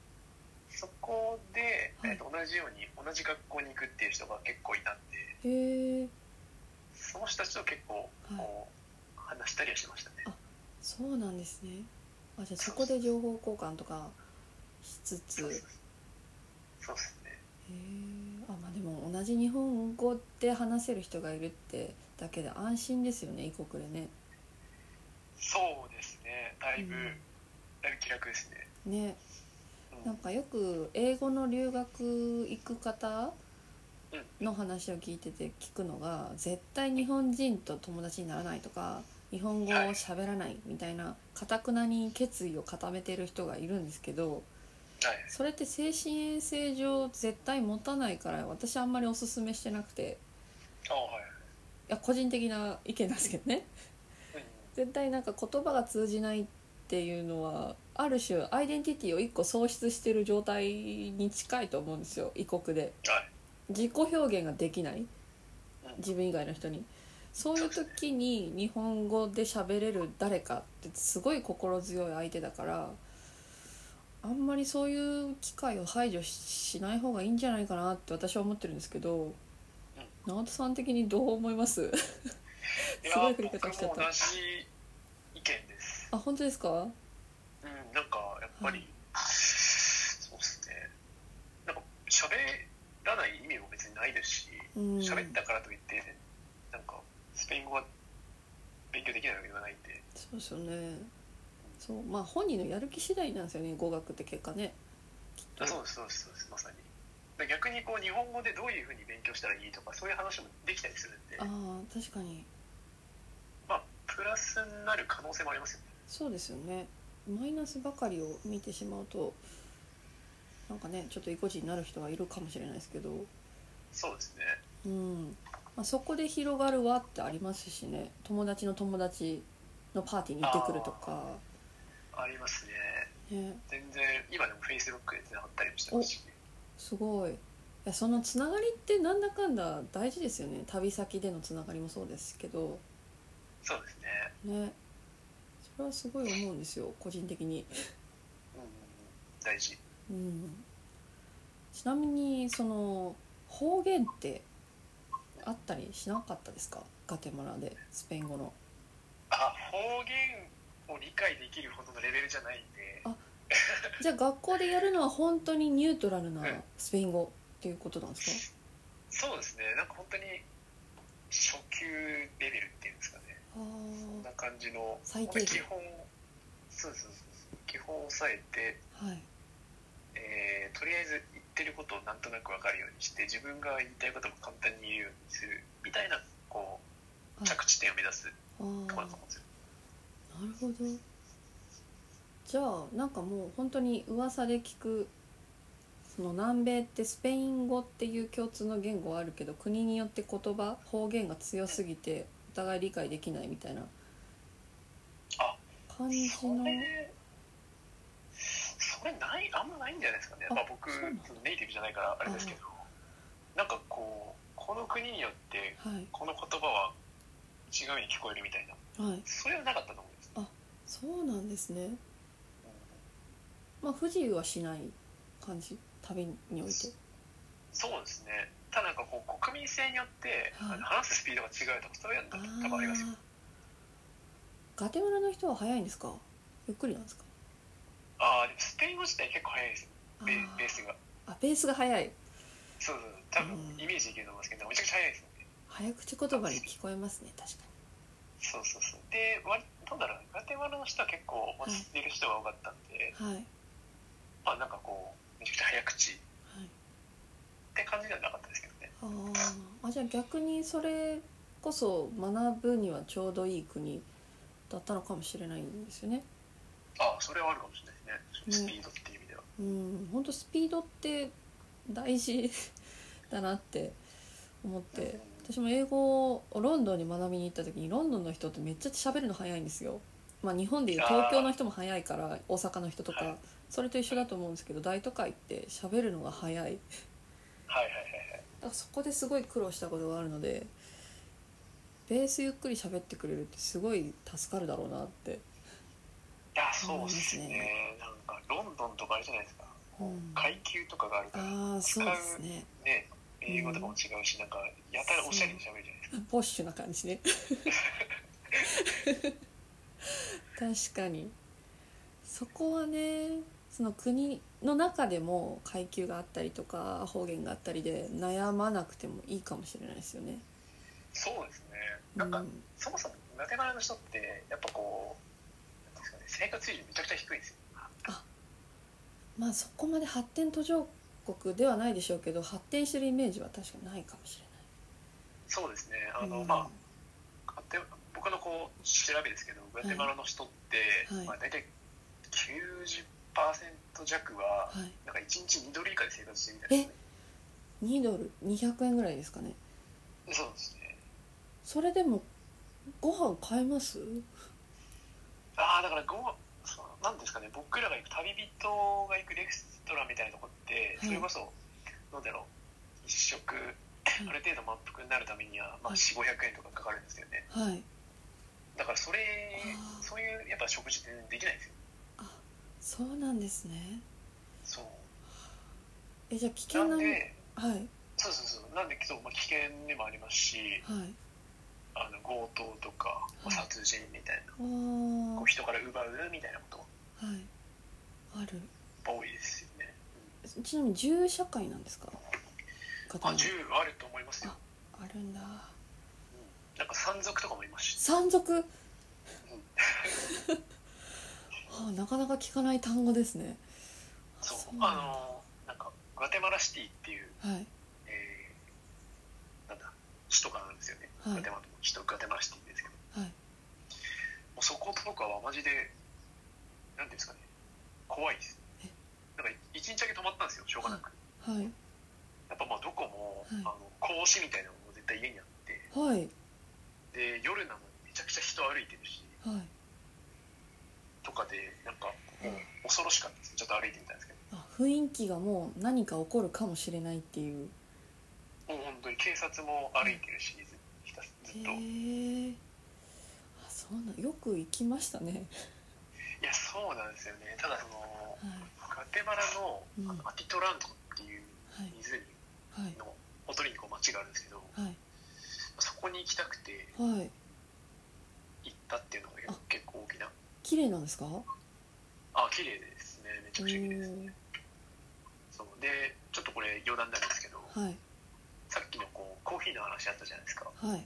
[SPEAKER 2] そこで、
[SPEAKER 1] はい
[SPEAKER 2] えっと同じように同じ学校に行くっていう人が結構いたんで
[SPEAKER 1] へえ
[SPEAKER 2] その人たちと結構こう、話したりはしましたね
[SPEAKER 1] あそうなんですねあじゃあそこで情報交換とかしつつ
[SPEAKER 2] そ
[SPEAKER 1] へ
[SPEAKER 2] うそうそうですね
[SPEAKER 1] えあまあでも同じ日本語で話せる人がいるってだけで安心ですよね異国でね
[SPEAKER 2] そうですねだいぶ、
[SPEAKER 1] うん
[SPEAKER 2] だいぶ気楽ですね、
[SPEAKER 1] ね
[SPEAKER 2] うん
[SPEAKER 1] なんかよく英語の留学行く方
[SPEAKER 2] うん
[SPEAKER 1] の話を聞いてて聞くのが絶対日本人と友達にならないとか日本語を喋らないみたいなかたくなに決意を固めてる人がいるんですけど
[SPEAKER 2] はい
[SPEAKER 1] それって精神衛生上絶対持たないから私あんまりおすすめしてなくて
[SPEAKER 2] あはい
[SPEAKER 1] いや個人的な意見なんですけどね
[SPEAKER 2] うん
[SPEAKER 1] 絶対なんか言葉が通じないっていうのはある種アイデンティティを一個喪失してる状態に近いと思うんですよ異国で
[SPEAKER 2] はい
[SPEAKER 1] 自己表現ができない
[SPEAKER 2] うん
[SPEAKER 1] 自分以外の人にそういう時に日本語で喋れる誰かってすごい心強い相手だからあんまりそういう機会を排除ししない方がいいんじゃないかなって私は思ってるんですけど直人さん的にどう思います
[SPEAKER 2] い
[SPEAKER 1] すごい
[SPEAKER 2] や
[SPEAKER 1] 振り方しちゃった
[SPEAKER 2] 僕も同じ意見です
[SPEAKER 1] あ本当ですか
[SPEAKER 2] うんなんかやっぱり、
[SPEAKER 1] はい
[SPEAKER 2] そうですねなんか喋らない意味も別にないですし
[SPEAKER 1] うん
[SPEAKER 2] 喋ったからといってなんかスペイン語は勉強できないわけではないんで
[SPEAKER 1] そうですよねそうまあ本人のやる気次第なんですよね語学って結果ねきっと
[SPEAKER 2] あそうですそうですそうですまさにだから逆にこう日本語でどういうふうに勉強したらいいとかそういう話もできたりするんで
[SPEAKER 1] ああ確かに
[SPEAKER 2] まあプラスになる可能性もありますよね
[SPEAKER 1] そうですよねマイナスばかりを見てしまうとなんかねちょっと意固地になる人はいるかもしれないですけど、
[SPEAKER 2] そうですね
[SPEAKER 1] うんまあ、そこで広がる輪ってありますしね友達の友達のパーティーに行ってくるとか、
[SPEAKER 2] ありますね
[SPEAKER 1] ね、
[SPEAKER 2] 全然今でもフェイスブックで繋がったりもしてますし
[SPEAKER 1] すごいいやそのつながりってなんだかんだ大事ですよね旅先でのつながりもそうですけど
[SPEAKER 2] そうですね
[SPEAKER 1] ねそれはすごい思うんですよ個人的に。
[SPEAKER 2] うん大事
[SPEAKER 1] うんちなみにその方言ってあったりしなかったですかガテマラでスペイン語の
[SPEAKER 2] あ方言を理解できるほどのレベルじゃないんで
[SPEAKER 1] あじゃあ学校でやるのは本当にニュートラルな
[SPEAKER 2] うん
[SPEAKER 1] スペイン語っていうことなんです
[SPEAKER 2] そうですねなんか本当に初級レベルっていうんですかね
[SPEAKER 1] か
[SPEAKER 2] そん
[SPEAKER 1] あ
[SPEAKER 2] な感じの
[SPEAKER 1] 最低限
[SPEAKER 2] 基本そうそうそうそう基本を抑えて、
[SPEAKER 1] あはい
[SPEAKER 2] えーとりあえず言ってることをなんとなく分かるようにして自分が言いたいことも簡単に言うようにするみたいなこう
[SPEAKER 1] あ
[SPEAKER 2] 着地点を目指す
[SPEAKER 1] あー
[SPEAKER 2] とこ
[SPEAKER 1] な
[SPEAKER 2] ろだ
[SPEAKER 1] る
[SPEAKER 2] と思うんですよ
[SPEAKER 1] ほどじゃあなんかもう本当に噂で聞くその南米ってスペイン語っていう共通の言語はあるけど国によって言葉方言が強すぎてお互い理解できないみたいな
[SPEAKER 2] あ
[SPEAKER 1] 感じの
[SPEAKER 2] それそれないあんまないんじゃないですかね
[SPEAKER 1] あ
[SPEAKER 2] まあ、僕
[SPEAKER 1] そうなんだ
[SPEAKER 2] そのネイティブじゃないからあれですけどなんかこうこの国によって
[SPEAKER 1] はい
[SPEAKER 2] この言葉は違うように聞こえるみたいな
[SPEAKER 1] はい
[SPEAKER 2] それはなかったと思うんです
[SPEAKER 1] そうなんですね
[SPEAKER 2] う
[SPEAKER 1] ま
[SPEAKER 2] ん
[SPEAKER 1] あ不自由はしない感じ旅において
[SPEAKER 2] そうですねただなんかこう国民性によって
[SPEAKER 1] はい
[SPEAKER 2] あの話すスピードが違うとかそういうの
[SPEAKER 1] あ
[SPEAKER 2] が多分ありますよ
[SPEAKER 1] ーガテマラの人は早いんですかゆっくりなんですか
[SPEAKER 2] ああでもスペイン語自体結構早いですよ
[SPEAKER 1] あ
[SPEAKER 2] ベベー
[SPEAKER 1] ー
[SPEAKER 2] スが
[SPEAKER 1] あベースが早い
[SPEAKER 2] そうそうそう多分
[SPEAKER 1] うん
[SPEAKER 2] イメージできると思うんですけどめちゃくちゃ早いですよね
[SPEAKER 1] 早口言葉に聞こえますね確か
[SPEAKER 2] そうそうそうで割なんだろうガテマラの人は結構落ち着いてる人が多かったんで、
[SPEAKER 1] にはいはい
[SPEAKER 2] まあなんかこうめちゃくちゃ早口って感じではなかったですけどね
[SPEAKER 1] あーあじゃあ逆にそれこそ学ぶにはちょうどいい国だったのかもしれないんですよね
[SPEAKER 2] ああそれはあるかもしれないで
[SPEAKER 1] ね
[SPEAKER 2] すねスピードっていう意味では、
[SPEAKER 1] うん本当スピードって大事 だなって思って私も英語をロンドンに学びに行った時にロンドンの人ってめっちゃ喋るの早いんですよ、まあ、日本でいう東京の人も早いから大阪の人と
[SPEAKER 2] は
[SPEAKER 1] か
[SPEAKER 2] い
[SPEAKER 1] それと一緒だと思うんですけど大都会って喋るのが早い
[SPEAKER 2] はいはいはいはい
[SPEAKER 1] だからそこですごい苦労したことがあるのでベースゆっくり喋ってくれるってすごい助かるだろうなって
[SPEAKER 2] いやそうですねなんかロンドンとかあれじゃないですか
[SPEAKER 1] あ
[SPEAKER 2] もう階級とかがあるから、
[SPEAKER 1] ああそうですね
[SPEAKER 2] ね、英語とかも違うし、なんか、やたらおしゃれに喋るじゃないですか。
[SPEAKER 1] ポッシュな感じね確かにそこはねその国の中でも階級があったりとか方言があったりで悩まなくてもいいかもしれないですよね。
[SPEAKER 2] そうですね。
[SPEAKER 1] う
[SPEAKER 2] なんか、
[SPEAKER 1] ん、
[SPEAKER 2] そもそもガテマラの人って、やっぱこう、なんていうんですかね、生活水準めちゃくちゃ低いですよ。
[SPEAKER 1] まあそこまで発展途上国ではないでしょうけど発展してるイメージは確かにないかもし
[SPEAKER 2] そうですね。あ
[SPEAKER 1] れない。
[SPEAKER 2] の、
[SPEAKER 1] うん
[SPEAKER 2] まあ、ガテ僕のこう、調べですけど、ガテマラの人って、
[SPEAKER 1] はい
[SPEAKER 2] まあ、大体90%弱は、
[SPEAKER 1] はい、
[SPEAKER 2] なんか1日2ドル以下で生活してるみたいですね。
[SPEAKER 1] 2ドル200円ぐらいですかね
[SPEAKER 2] そうですね。
[SPEAKER 1] それでもご飯買えます
[SPEAKER 2] ああ、だからご、そのなんですかね、僕らが行く、旅人が行くレストランみたいなとこって、
[SPEAKER 1] はい
[SPEAKER 2] それこそ、なんだろう、一食、ある程度満腹になるためには、まあ、
[SPEAKER 1] はい
[SPEAKER 2] 4、500円とかかかるんですよね。
[SPEAKER 1] はい
[SPEAKER 2] だから、それ
[SPEAKER 1] あ、ー
[SPEAKER 2] そういう、やっぱ食事ってできないんですよ。
[SPEAKER 1] そうなんですね
[SPEAKER 2] そう。
[SPEAKER 1] えじゃあ危険
[SPEAKER 2] な
[SPEAKER 1] なんはい
[SPEAKER 2] で、
[SPEAKER 1] はい
[SPEAKER 2] そうそうそう、なんで、そう、まあ、危険でもありますし、あの強盗とか、まあ
[SPEAKER 1] はい
[SPEAKER 2] 殺人みたいな、
[SPEAKER 1] あー
[SPEAKER 2] こう人から奪うみたいなこと、
[SPEAKER 1] はいある
[SPEAKER 2] 多いですよね。
[SPEAKER 1] ちなみに銃社会なんですか
[SPEAKER 2] うん、あ、銃あると思いますよ。
[SPEAKER 1] あるんだ
[SPEAKER 2] うん、なんか、山賊とかもいますし。
[SPEAKER 1] 山賊は あなかなか聞かない単語ですね
[SPEAKER 2] そう
[SPEAKER 1] なん
[SPEAKER 2] あ
[SPEAKER 1] だ
[SPEAKER 2] のなんかグアテマラシティっていう、
[SPEAKER 1] はい
[SPEAKER 2] えーなんだ首都があるんですよね、
[SPEAKER 1] はい
[SPEAKER 2] グアテマラの首都グアテマラシティですけど
[SPEAKER 1] はい
[SPEAKER 2] もうそことかはマジでなんていうんですかね怖いです
[SPEAKER 1] え
[SPEAKER 2] なんか一日だけ泊まったんですよしょうがなく、
[SPEAKER 1] はい
[SPEAKER 2] やっぱまあどこも、
[SPEAKER 1] はい
[SPEAKER 2] あの格子みたいなのも絶対家にあって
[SPEAKER 1] はい
[SPEAKER 2] で夜なのにめちゃくちゃ人歩いてるし
[SPEAKER 1] はい
[SPEAKER 2] とかでなんかもう恐ろしかったですちょっと歩いてみたんですけど
[SPEAKER 1] あ雰囲気がもう何か起こるかもしれないっていう
[SPEAKER 2] もう本当に警察も歩いてるしずひたすずっと。
[SPEAKER 1] へえあそうなんよく行きましたね
[SPEAKER 2] いやそうなんですよねただその
[SPEAKER 1] はい
[SPEAKER 2] ガテマラの
[SPEAKER 1] うん
[SPEAKER 2] あのアティトラントっていう
[SPEAKER 1] はい
[SPEAKER 2] 湖
[SPEAKER 1] はい
[SPEAKER 2] のほとりにこう町があるんですけど
[SPEAKER 1] はい
[SPEAKER 2] そこに行きたくて
[SPEAKER 1] はい
[SPEAKER 2] 行ったっていうのが
[SPEAKER 1] あ
[SPEAKER 2] 結構大きな
[SPEAKER 1] 綺麗なんですか
[SPEAKER 2] あ綺麗ですねめちゃくちゃ綺麗です
[SPEAKER 1] おー
[SPEAKER 2] そうでちょっとこれ余談なんですけど
[SPEAKER 1] はい
[SPEAKER 2] さっきのこうコーヒーの話あったじゃないですか
[SPEAKER 1] はい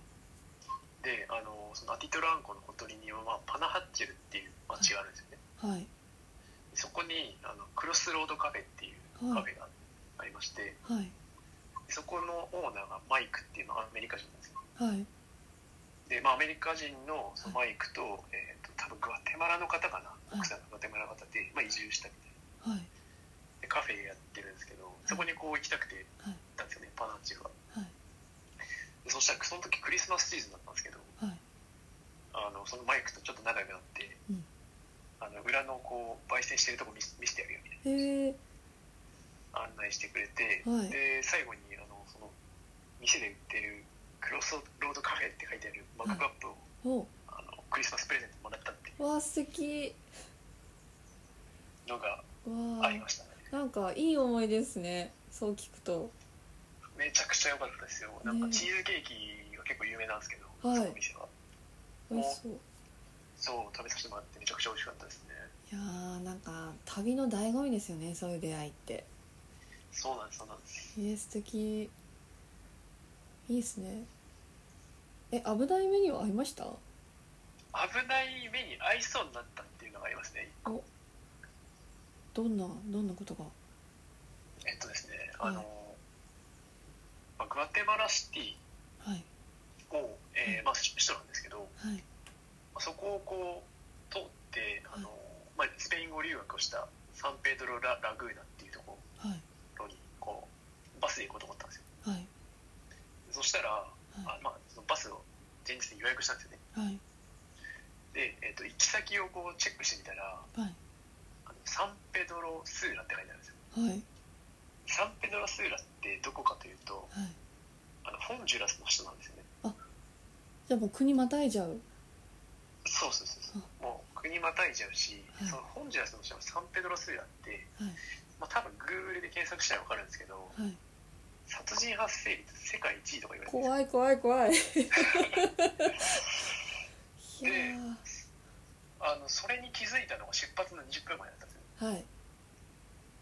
[SPEAKER 2] であのそのアティトランコのほとりには、まあ、パナハッチェルっていう町があるんですよね
[SPEAKER 1] はい
[SPEAKER 2] そこにあのクロスロードカフェっていうカフェがありまして
[SPEAKER 1] はい
[SPEAKER 2] そこのオーナーがマイクっていう、まあ、アメリカ人なんですよ
[SPEAKER 1] はい
[SPEAKER 2] で、まあ、アメリカ人のそのマイクと,、えーと多分グアテマラの方かな
[SPEAKER 1] はい
[SPEAKER 2] 奥さんがグアテマラの方で、まあ、移住したみたい
[SPEAKER 1] はい
[SPEAKER 2] なでカフェやってるんですけどそこにこう行きたくて
[SPEAKER 1] はい
[SPEAKER 2] 行ったんですよねパナッチェが
[SPEAKER 1] はい
[SPEAKER 2] でそしたらその時クリスマスシーズンだったんですけど
[SPEAKER 1] はい
[SPEAKER 2] あのそのマイクとちょっと仲良くなって、
[SPEAKER 1] うん
[SPEAKER 2] あの裏のこう焙煎してるとこ見せ見せてやるよみたい
[SPEAKER 1] へえ
[SPEAKER 2] な案内してくれて、
[SPEAKER 1] はい
[SPEAKER 2] で最後にあのその店で売ってるクロスロードカフェって書いてあるマグカップを、
[SPEAKER 1] お
[SPEAKER 2] あのクリスマスプレゼントもらったってい
[SPEAKER 1] わあ素敵
[SPEAKER 2] うのが
[SPEAKER 1] わ
[SPEAKER 2] あり
[SPEAKER 1] あ
[SPEAKER 2] ましたね
[SPEAKER 1] なんかいい思いですねそう聞くと
[SPEAKER 2] めちゃくちゃ良かったですよなんか
[SPEAKER 1] ねえ
[SPEAKER 2] チーズケーキが結構有名なんですけど、
[SPEAKER 1] はい
[SPEAKER 2] そのお店は
[SPEAKER 1] 美味しそうい
[SPEAKER 2] そう食べさせてもらってめちゃくちゃ美味しかったですね
[SPEAKER 1] やーなんか旅の醍醐味ですよねそういう出会いって
[SPEAKER 2] そうなんですそうなんです
[SPEAKER 1] えー、素敵いいですねえ危ない目には合いました
[SPEAKER 2] 危ない目に遭いそうになったっていうのがありますね
[SPEAKER 1] どんなどんなことが
[SPEAKER 2] えっとですね
[SPEAKER 1] はい
[SPEAKER 2] あの、まあグアテマラシティ
[SPEAKER 1] はい
[SPEAKER 2] を、え
[SPEAKER 1] う
[SPEAKER 2] ーまあ、首都なんですけど、ま
[SPEAKER 1] はい
[SPEAKER 2] あそこをこう通ってあの
[SPEAKER 1] は、
[SPEAKER 2] まあ、スペイン語留学をしたサンペドロラ・ラグーナっていうとこ
[SPEAKER 1] はい
[SPEAKER 2] ろにこうバスで行こうと思ったんですよ
[SPEAKER 1] はい
[SPEAKER 2] そしたら、
[SPEAKER 1] は
[SPEAKER 2] あまあ、そのバスを前日に予約したんですよね
[SPEAKER 1] いはい
[SPEAKER 2] で、えっと行き先をこうチェックしてみたら
[SPEAKER 1] はい
[SPEAKER 2] あのサンペドロ・スーラって書いてあるんですよ
[SPEAKER 1] はいはい
[SPEAKER 2] サンペドロ・スーラってどこかというとあのホンジュラスの人なんですよね
[SPEAKER 1] じゃあもう国またいじゃう
[SPEAKER 2] そうそうそうそうもう国またいじゃうし、
[SPEAKER 1] はい
[SPEAKER 2] そのホンジュラスの人のサンペドロ・スーラって
[SPEAKER 1] はい
[SPEAKER 2] まあ、多分 Google で検索したら分かるんですけど
[SPEAKER 1] はい、
[SPEAKER 2] 殺人発生率世界1位とか言われてるんですよ
[SPEAKER 1] 怖い怖い怖い いや
[SPEAKER 2] あのそれに気づいたのが出発の20分前だったんですよ
[SPEAKER 1] ーはい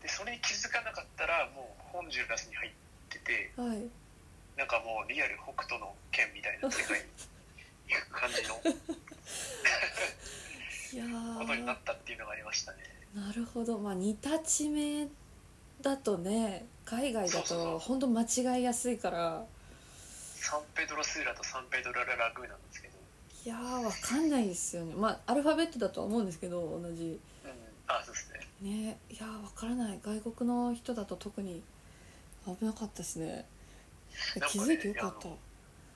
[SPEAKER 2] でそれに気づかなかったらもうホンジュラスに入ってて
[SPEAKER 1] はい
[SPEAKER 2] なんかもうリアル北斗の剣みたいな世界に行く感じの
[SPEAKER 1] いやー
[SPEAKER 2] ことになったっていうのがありましたね
[SPEAKER 1] なるほどまあ似た地名だとね海外だ
[SPEAKER 2] そうそうそ
[SPEAKER 1] と
[SPEAKER 2] う
[SPEAKER 1] 本当間違いやすいから
[SPEAKER 2] サンペドロスーラとサンペドロララグーなんですけど、
[SPEAKER 1] いやーわかんないですよねまあアルファベットだとは思うんですけど同じ
[SPEAKER 2] うん、あそうですね
[SPEAKER 1] ねいやーわからない外国の人だと特に危なかったですねいや
[SPEAKER 2] なんか
[SPEAKER 1] 気
[SPEAKER 2] ね
[SPEAKER 1] づいてよかった
[SPEAKER 2] いや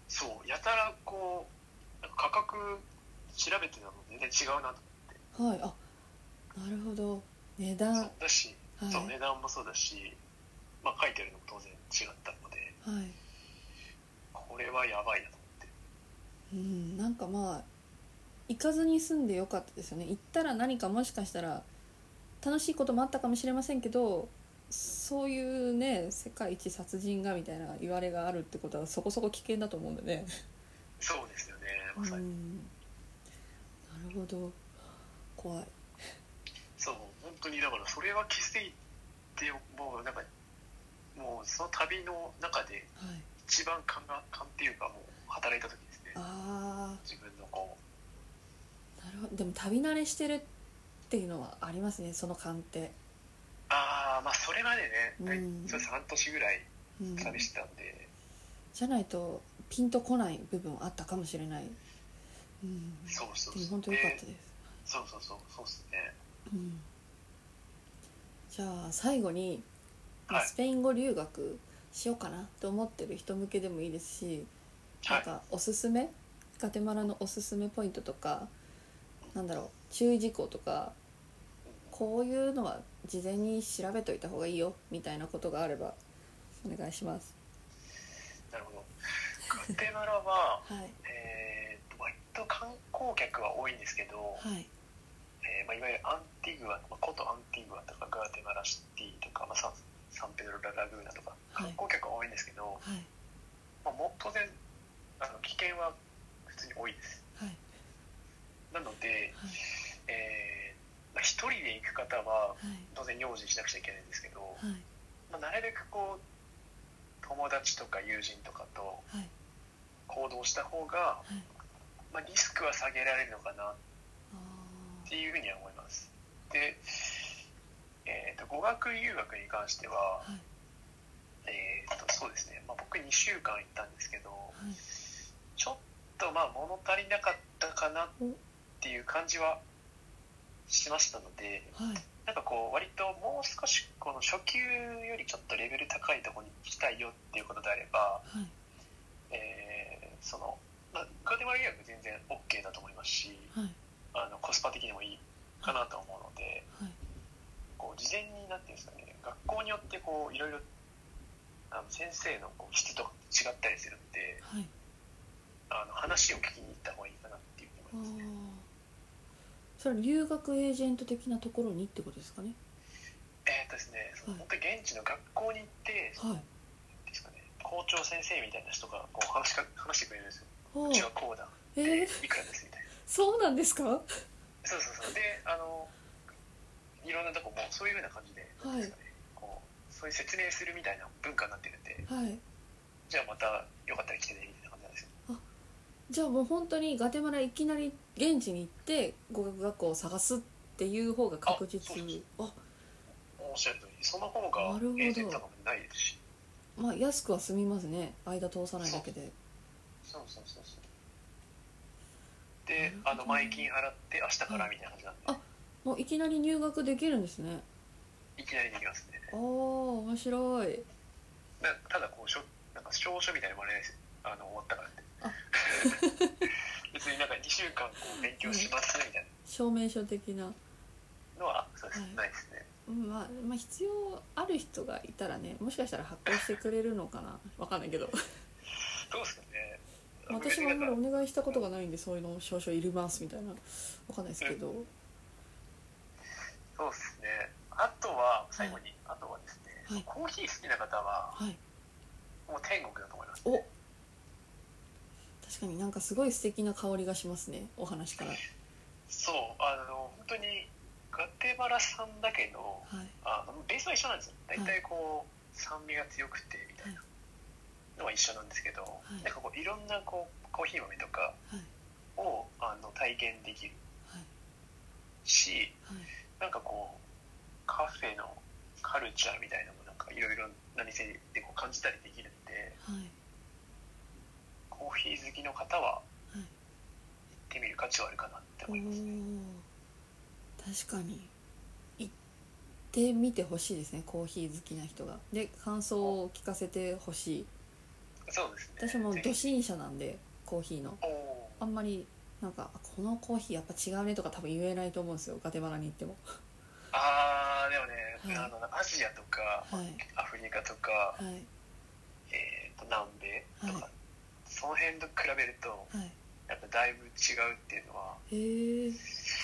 [SPEAKER 2] そうやたらこうなんか価格調べてたの全然違うなと
[SPEAKER 1] はいあなるほど値段
[SPEAKER 2] そ
[SPEAKER 1] は
[SPEAKER 2] うだし、
[SPEAKER 1] い
[SPEAKER 2] そう値段もそうだし、まあ、書いてあるのも当然違ったので
[SPEAKER 1] はい
[SPEAKER 2] これはやばいなと思って
[SPEAKER 1] うん、なんかまあ行かずに済んでよかったですよね行ったら何かもしかしたら楽しいこともあったかもしれませんけどそういうね世界一殺人がみたいな言われがあるってことはそこそこ危険だと思うんでね、
[SPEAKER 2] そうですよね
[SPEAKER 1] う
[SPEAKER 2] ま
[SPEAKER 1] ん、
[SPEAKER 2] さ
[SPEAKER 1] な
[SPEAKER 2] に、
[SPEAKER 1] るほど怖い
[SPEAKER 2] そう本当にだからそれは気づいてもうなんかもうその旅の中で
[SPEAKER 1] はい
[SPEAKER 2] 一番感が感っていうかもう働いた時ですね
[SPEAKER 1] あ
[SPEAKER 2] 自分のこ
[SPEAKER 1] ーなるほどでも旅慣れしてるっていうのはありますねその勘って、
[SPEAKER 2] うああまあそれまでね、
[SPEAKER 1] うん
[SPEAKER 2] 大体そうです半年ぐらい
[SPEAKER 1] うん、
[SPEAKER 2] 旅
[SPEAKER 1] じ
[SPEAKER 2] してたんで、
[SPEAKER 1] ゃないとピンとこない部分あったかもしれない、うん、
[SPEAKER 2] そうそう
[SPEAKER 1] でも
[SPEAKER 2] そう
[SPEAKER 1] 本当良かったです、
[SPEAKER 2] そうそうそうそうですね
[SPEAKER 1] うんじゃあ最後に、まあ
[SPEAKER 2] はい
[SPEAKER 1] スペイン語留学しようかなと思ってる人向けでもいいですし、
[SPEAKER 2] は
[SPEAKER 1] なんかおすすめガテマラのおすすめポイントとかなんだろう注意事項とか
[SPEAKER 2] い
[SPEAKER 1] こういうのは事前に調べといた方がいいよみたいなことがあればお願いします。
[SPEAKER 2] なるほどガテマラは
[SPEAKER 1] はい、
[SPEAKER 2] えー、割と観光客は多いんですけど、
[SPEAKER 1] はい、
[SPEAKER 2] えーまあ、いわゆるアンティグア、まあ、ことアンティグアとかガーテマラシティとか、まあ、サンサンペドロラ・ラグーナとか
[SPEAKER 1] はい
[SPEAKER 2] 観光客は多いんですけど、
[SPEAKER 1] はい、
[SPEAKER 2] まあ、もう当然あの危険は普通に多いです
[SPEAKER 1] はい、
[SPEAKER 2] なので、
[SPEAKER 1] はい、
[SPEAKER 2] えーまあ、一人で行く方は
[SPEAKER 1] はい、
[SPEAKER 2] 当然用心しなくちゃいけないんですけど、
[SPEAKER 1] はい、
[SPEAKER 2] まあ、なるべくこう友達とか友人とかと
[SPEAKER 1] はい、
[SPEAKER 2] 行動した方が、
[SPEAKER 1] はい。
[SPEAKER 2] まあ、リスクは下げられるのかな
[SPEAKER 1] あ
[SPEAKER 2] っていうふうには思いますで、えー、と語学留学に関しては
[SPEAKER 1] あ、、はい、
[SPEAKER 2] えー、とそうですね、まあ、僕2週間行ったんですけど
[SPEAKER 1] はい。
[SPEAKER 2] ちょっとまあ物足りなかったかなっていう感じはしましたので
[SPEAKER 1] はい、
[SPEAKER 2] なんかこう割ともう少しこの初級よりちょっとレベル高いところに行きたいよっていうことであれば、
[SPEAKER 1] はい、
[SPEAKER 2] えーそのまあガテマラ留学全然 OK だと思いますし
[SPEAKER 1] はい、
[SPEAKER 2] あのコスパ的にもいいかなと思うので。
[SPEAKER 1] はい。
[SPEAKER 2] こう事前になんていうんですかね学校によってこういろいろあの先生のこう質とか違ったりするので
[SPEAKER 1] はい
[SPEAKER 2] あの話を聞きに行った方がいいかなっていうふう
[SPEAKER 1] あ
[SPEAKER 2] に
[SPEAKER 1] あ
[SPEAKER 2] 思いますね
[SPEAKER 1] それ留学エージェント的なところにってことですかね
[SPEAKER 2] えーっとですねその
[SPEAKER 1] はい
[SPEAKER 2] 本当に現地の学校に行って、
[SPEAKER 1] はい
[SPEAKER 2] なんですかね、校長先生みたいな人がこう話しか話してくれるんですよ
[SPEAKER 1] お
[SPEAKER 2] う
[SPEAKER 1] ー
[SPEAKER 2] ちはこうだ
[SPEAKER 1] え
[SPEAKER 2] で
[SPEAKER 1] ー、
[SPEAKER 2] いくらですみたいな
[SPEAKER 1] そうなんですかは
[SPEAKER 2] そうそうそうであのいろんなとこもそういうふうな感じでなんていうんですかね、こうそういう説明するみたいな文化になってるんで
[SPEAKER 1] い
[SPEAKER 2] じゃあまたよかったら来てねみたいな感じなんですよ
[SPEAKER 1] じゃあもう本当にガテマラいきなり現地に行って語学学校を探すっていう方が確実
[SPEAKER 2] あそうです
[SPEAKER 1] あ
[SPEAKER 2] おっしゃる通りその方が
[SPEAKER 1] なるほど
[SPEAKER 2] エージェントとかもないですし
[SPEAKER 1] まあ安くは済みますね間通さないだけで
[SPEAKER 2] そうそうそうそうで、
[SPEAKER 1] な
[SPEAKER 2] あ
[SPEAKER 1] るほど
[SPEAKER 2] の前金払って明日からみたいな感じなんで、
[SPEAKER 1] あもういきなり入学できるんですね
[SPEAKER 2] い、きなりできますね
[SPEAKER 1] ああ面白い
[SPEAKER 2] なただこうしょなんか証書みたいなのもらえないですよあの終わったからって
[SPEAKER 1] あ
[SPEAKER 2] 別になんか2週間こう勉強しますねみたい
[SPEAKER 1] 証明書的な
[SPEAKER 2] なのはそうです、
[SPEAKER 1] はい
[SPEAKER 2] ないですね
[SPEAKER 1] うんまあ、まあ必要ある人がいたらねもしかしたら発行してくれるのかなわかんないけ ど
[SPEAKER 2] どうですかね
[SPEAKER 1] 私もあんまり
[SPEAKER 2] 上でなんか
[SPEAKER 1] お願いしたことがないんでそういうの少々いりますみたいなわかんないですけど、
[SPEAKER 2] そうですねあとは最後に、あ
[SPEAKER 1] はい
[SPEAKER 2] コーヒー好きな方は
[SPEAKER 1] はい
[SPEAKER 2] もう天国だと思います
[SPEAKER 1] お確かになんかすごい素敵な香りがしますねお話からはい
[SPEAKER 2] そうあの本当にガテマラ産だけどあベースは一緒なんですよ大体こう、酸味が強くてみたいなのは一緒なんですけど、
[SPEAKER 1] い
[SPEAKER 2] なんかこういろんなこうコーヒー豆とか
[SPEAKER 1] はい
[SPEAKER 2] をあの体験できる
[SPEAKER 1] はい
[SPEAKER 2] し
[SPEAKER 1] はい
[SPEAKER 2] なんかこうカフェのカルチャーみたいなのもなんかいろいろな店でこう感じたりできるんで
[SPEAKER 1] はい
[SPEAKER 2] コーヒー好きの方は
[SPEAKER 1] はい
[SPEAKER 2] 行ってみる価値はあるかなって
[SPEAKER 1] お
[SPEAKER 2] 思いますね。
[SPEAKER 1] ー確かに行ってみてほしいですねコーヒー好きな人がで感想を聞かせてほしい
[SPEAKER 2] そうですね
[SPEAKER 1] 私も
[SPEAKER 2] ぜひ
[SPEAKER 1] ド心者なんでコーヒーの
[SPEAKER 2] おお
[SPEAKER 1] あんまりなんかあこのコーヒーやっぱ違うねとか多分言えないと思うんですよガテマラに行っても
[SPEAKER 2] ああでもね、
[SPEAKER 1] はい
[SPEAKER 2] あのアジアとか
[SPEAKER 1] はい
[SPEAKER 2] アフリカとか、
[SPEAKER 1] はい
[SPEAKER 2] えー、と南米とか、
[SPEAKER 1] は
[SPEAKER 2] その辺と比べると
[SPEAKER 1] はい
[SPEAKER 2] やっぱだいぶ違うっていうのは
[SPEAKER 1] へえ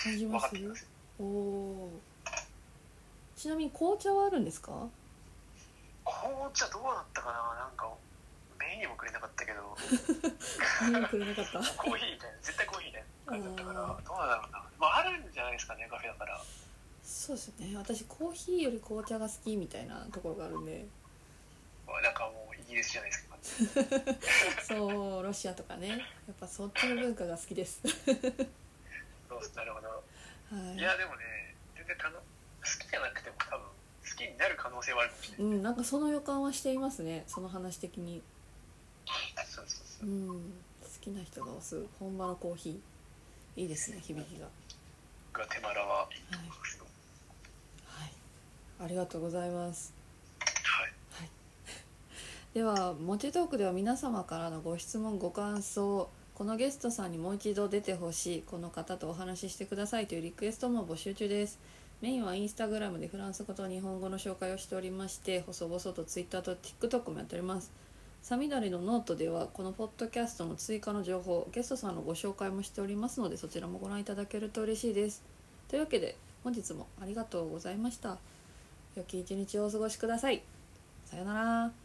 [SPEAKER 1] 感じ
[SPEAKER 2] 分
[SPEAKER 1] ま
[SPEAKER 2] かっ
[SPEAKER 1] す
[SPEAKER 2] てきます
[SPEAKER 1] おおーちなみに紅茶はあるんですか
[SPEAKER 2] 紅茶どうだったかななんかメインにもくれなかったけど
[SPEAKER 1] 見にくれなかった
[SPEAKER 2] コーヒーみたいな絶対コーヒーみたいな感じだったから
[SPEAKER 1] あ
[SPEAKER 2] どうだろうな、まあ、あるんじゃないですかねカフェだから
[SPEAKER 1] そうですね私コーヒーより紅茶が好きみたいなところがあるんで
[SPEAKER 2] まあなんかもうイギリスじゃないですか
[SPEAKER 1] そうロシアとかねやっぱそっちの文化が好きです
[SPEAKER 2] どうなるほど
[SPEAKER 1] はい
[SPEAKER 2] いやでもね全然たの好きじゃなくても多分好きになる可能性はあるかもしれない
[SPEAKER 1] うんなんかその予感はしていますねその話的に
[SPEAKER 2] そうそうそううん
[SPEAKER 1] 好きな人が推す本場のコーヒーいいですね響きが
[SPEAKER 2] ガテマラは
[SPEAKER 1] はい、はい、ありがとうございます
[SPEAKER 2] はい
[SPEAKER 1] では「モチトーク」では皆様からのご質問ご感想このゲストさんにもう一度出てほしいこの方とお話ししてくださいというリクエストも募集中ですメインはインスタグラムでフランス語と日本語の紹介をしておりまして細々とツイッターと TikTok もやっておりますサミダレのノートではこのポッドキャストの追加の情報ゲストさんのご紹介もしておりますのでそちらもご覧いただけると嬉しいですというわけで本日もありがとうございました良き一日をお過ごしくださいさようなら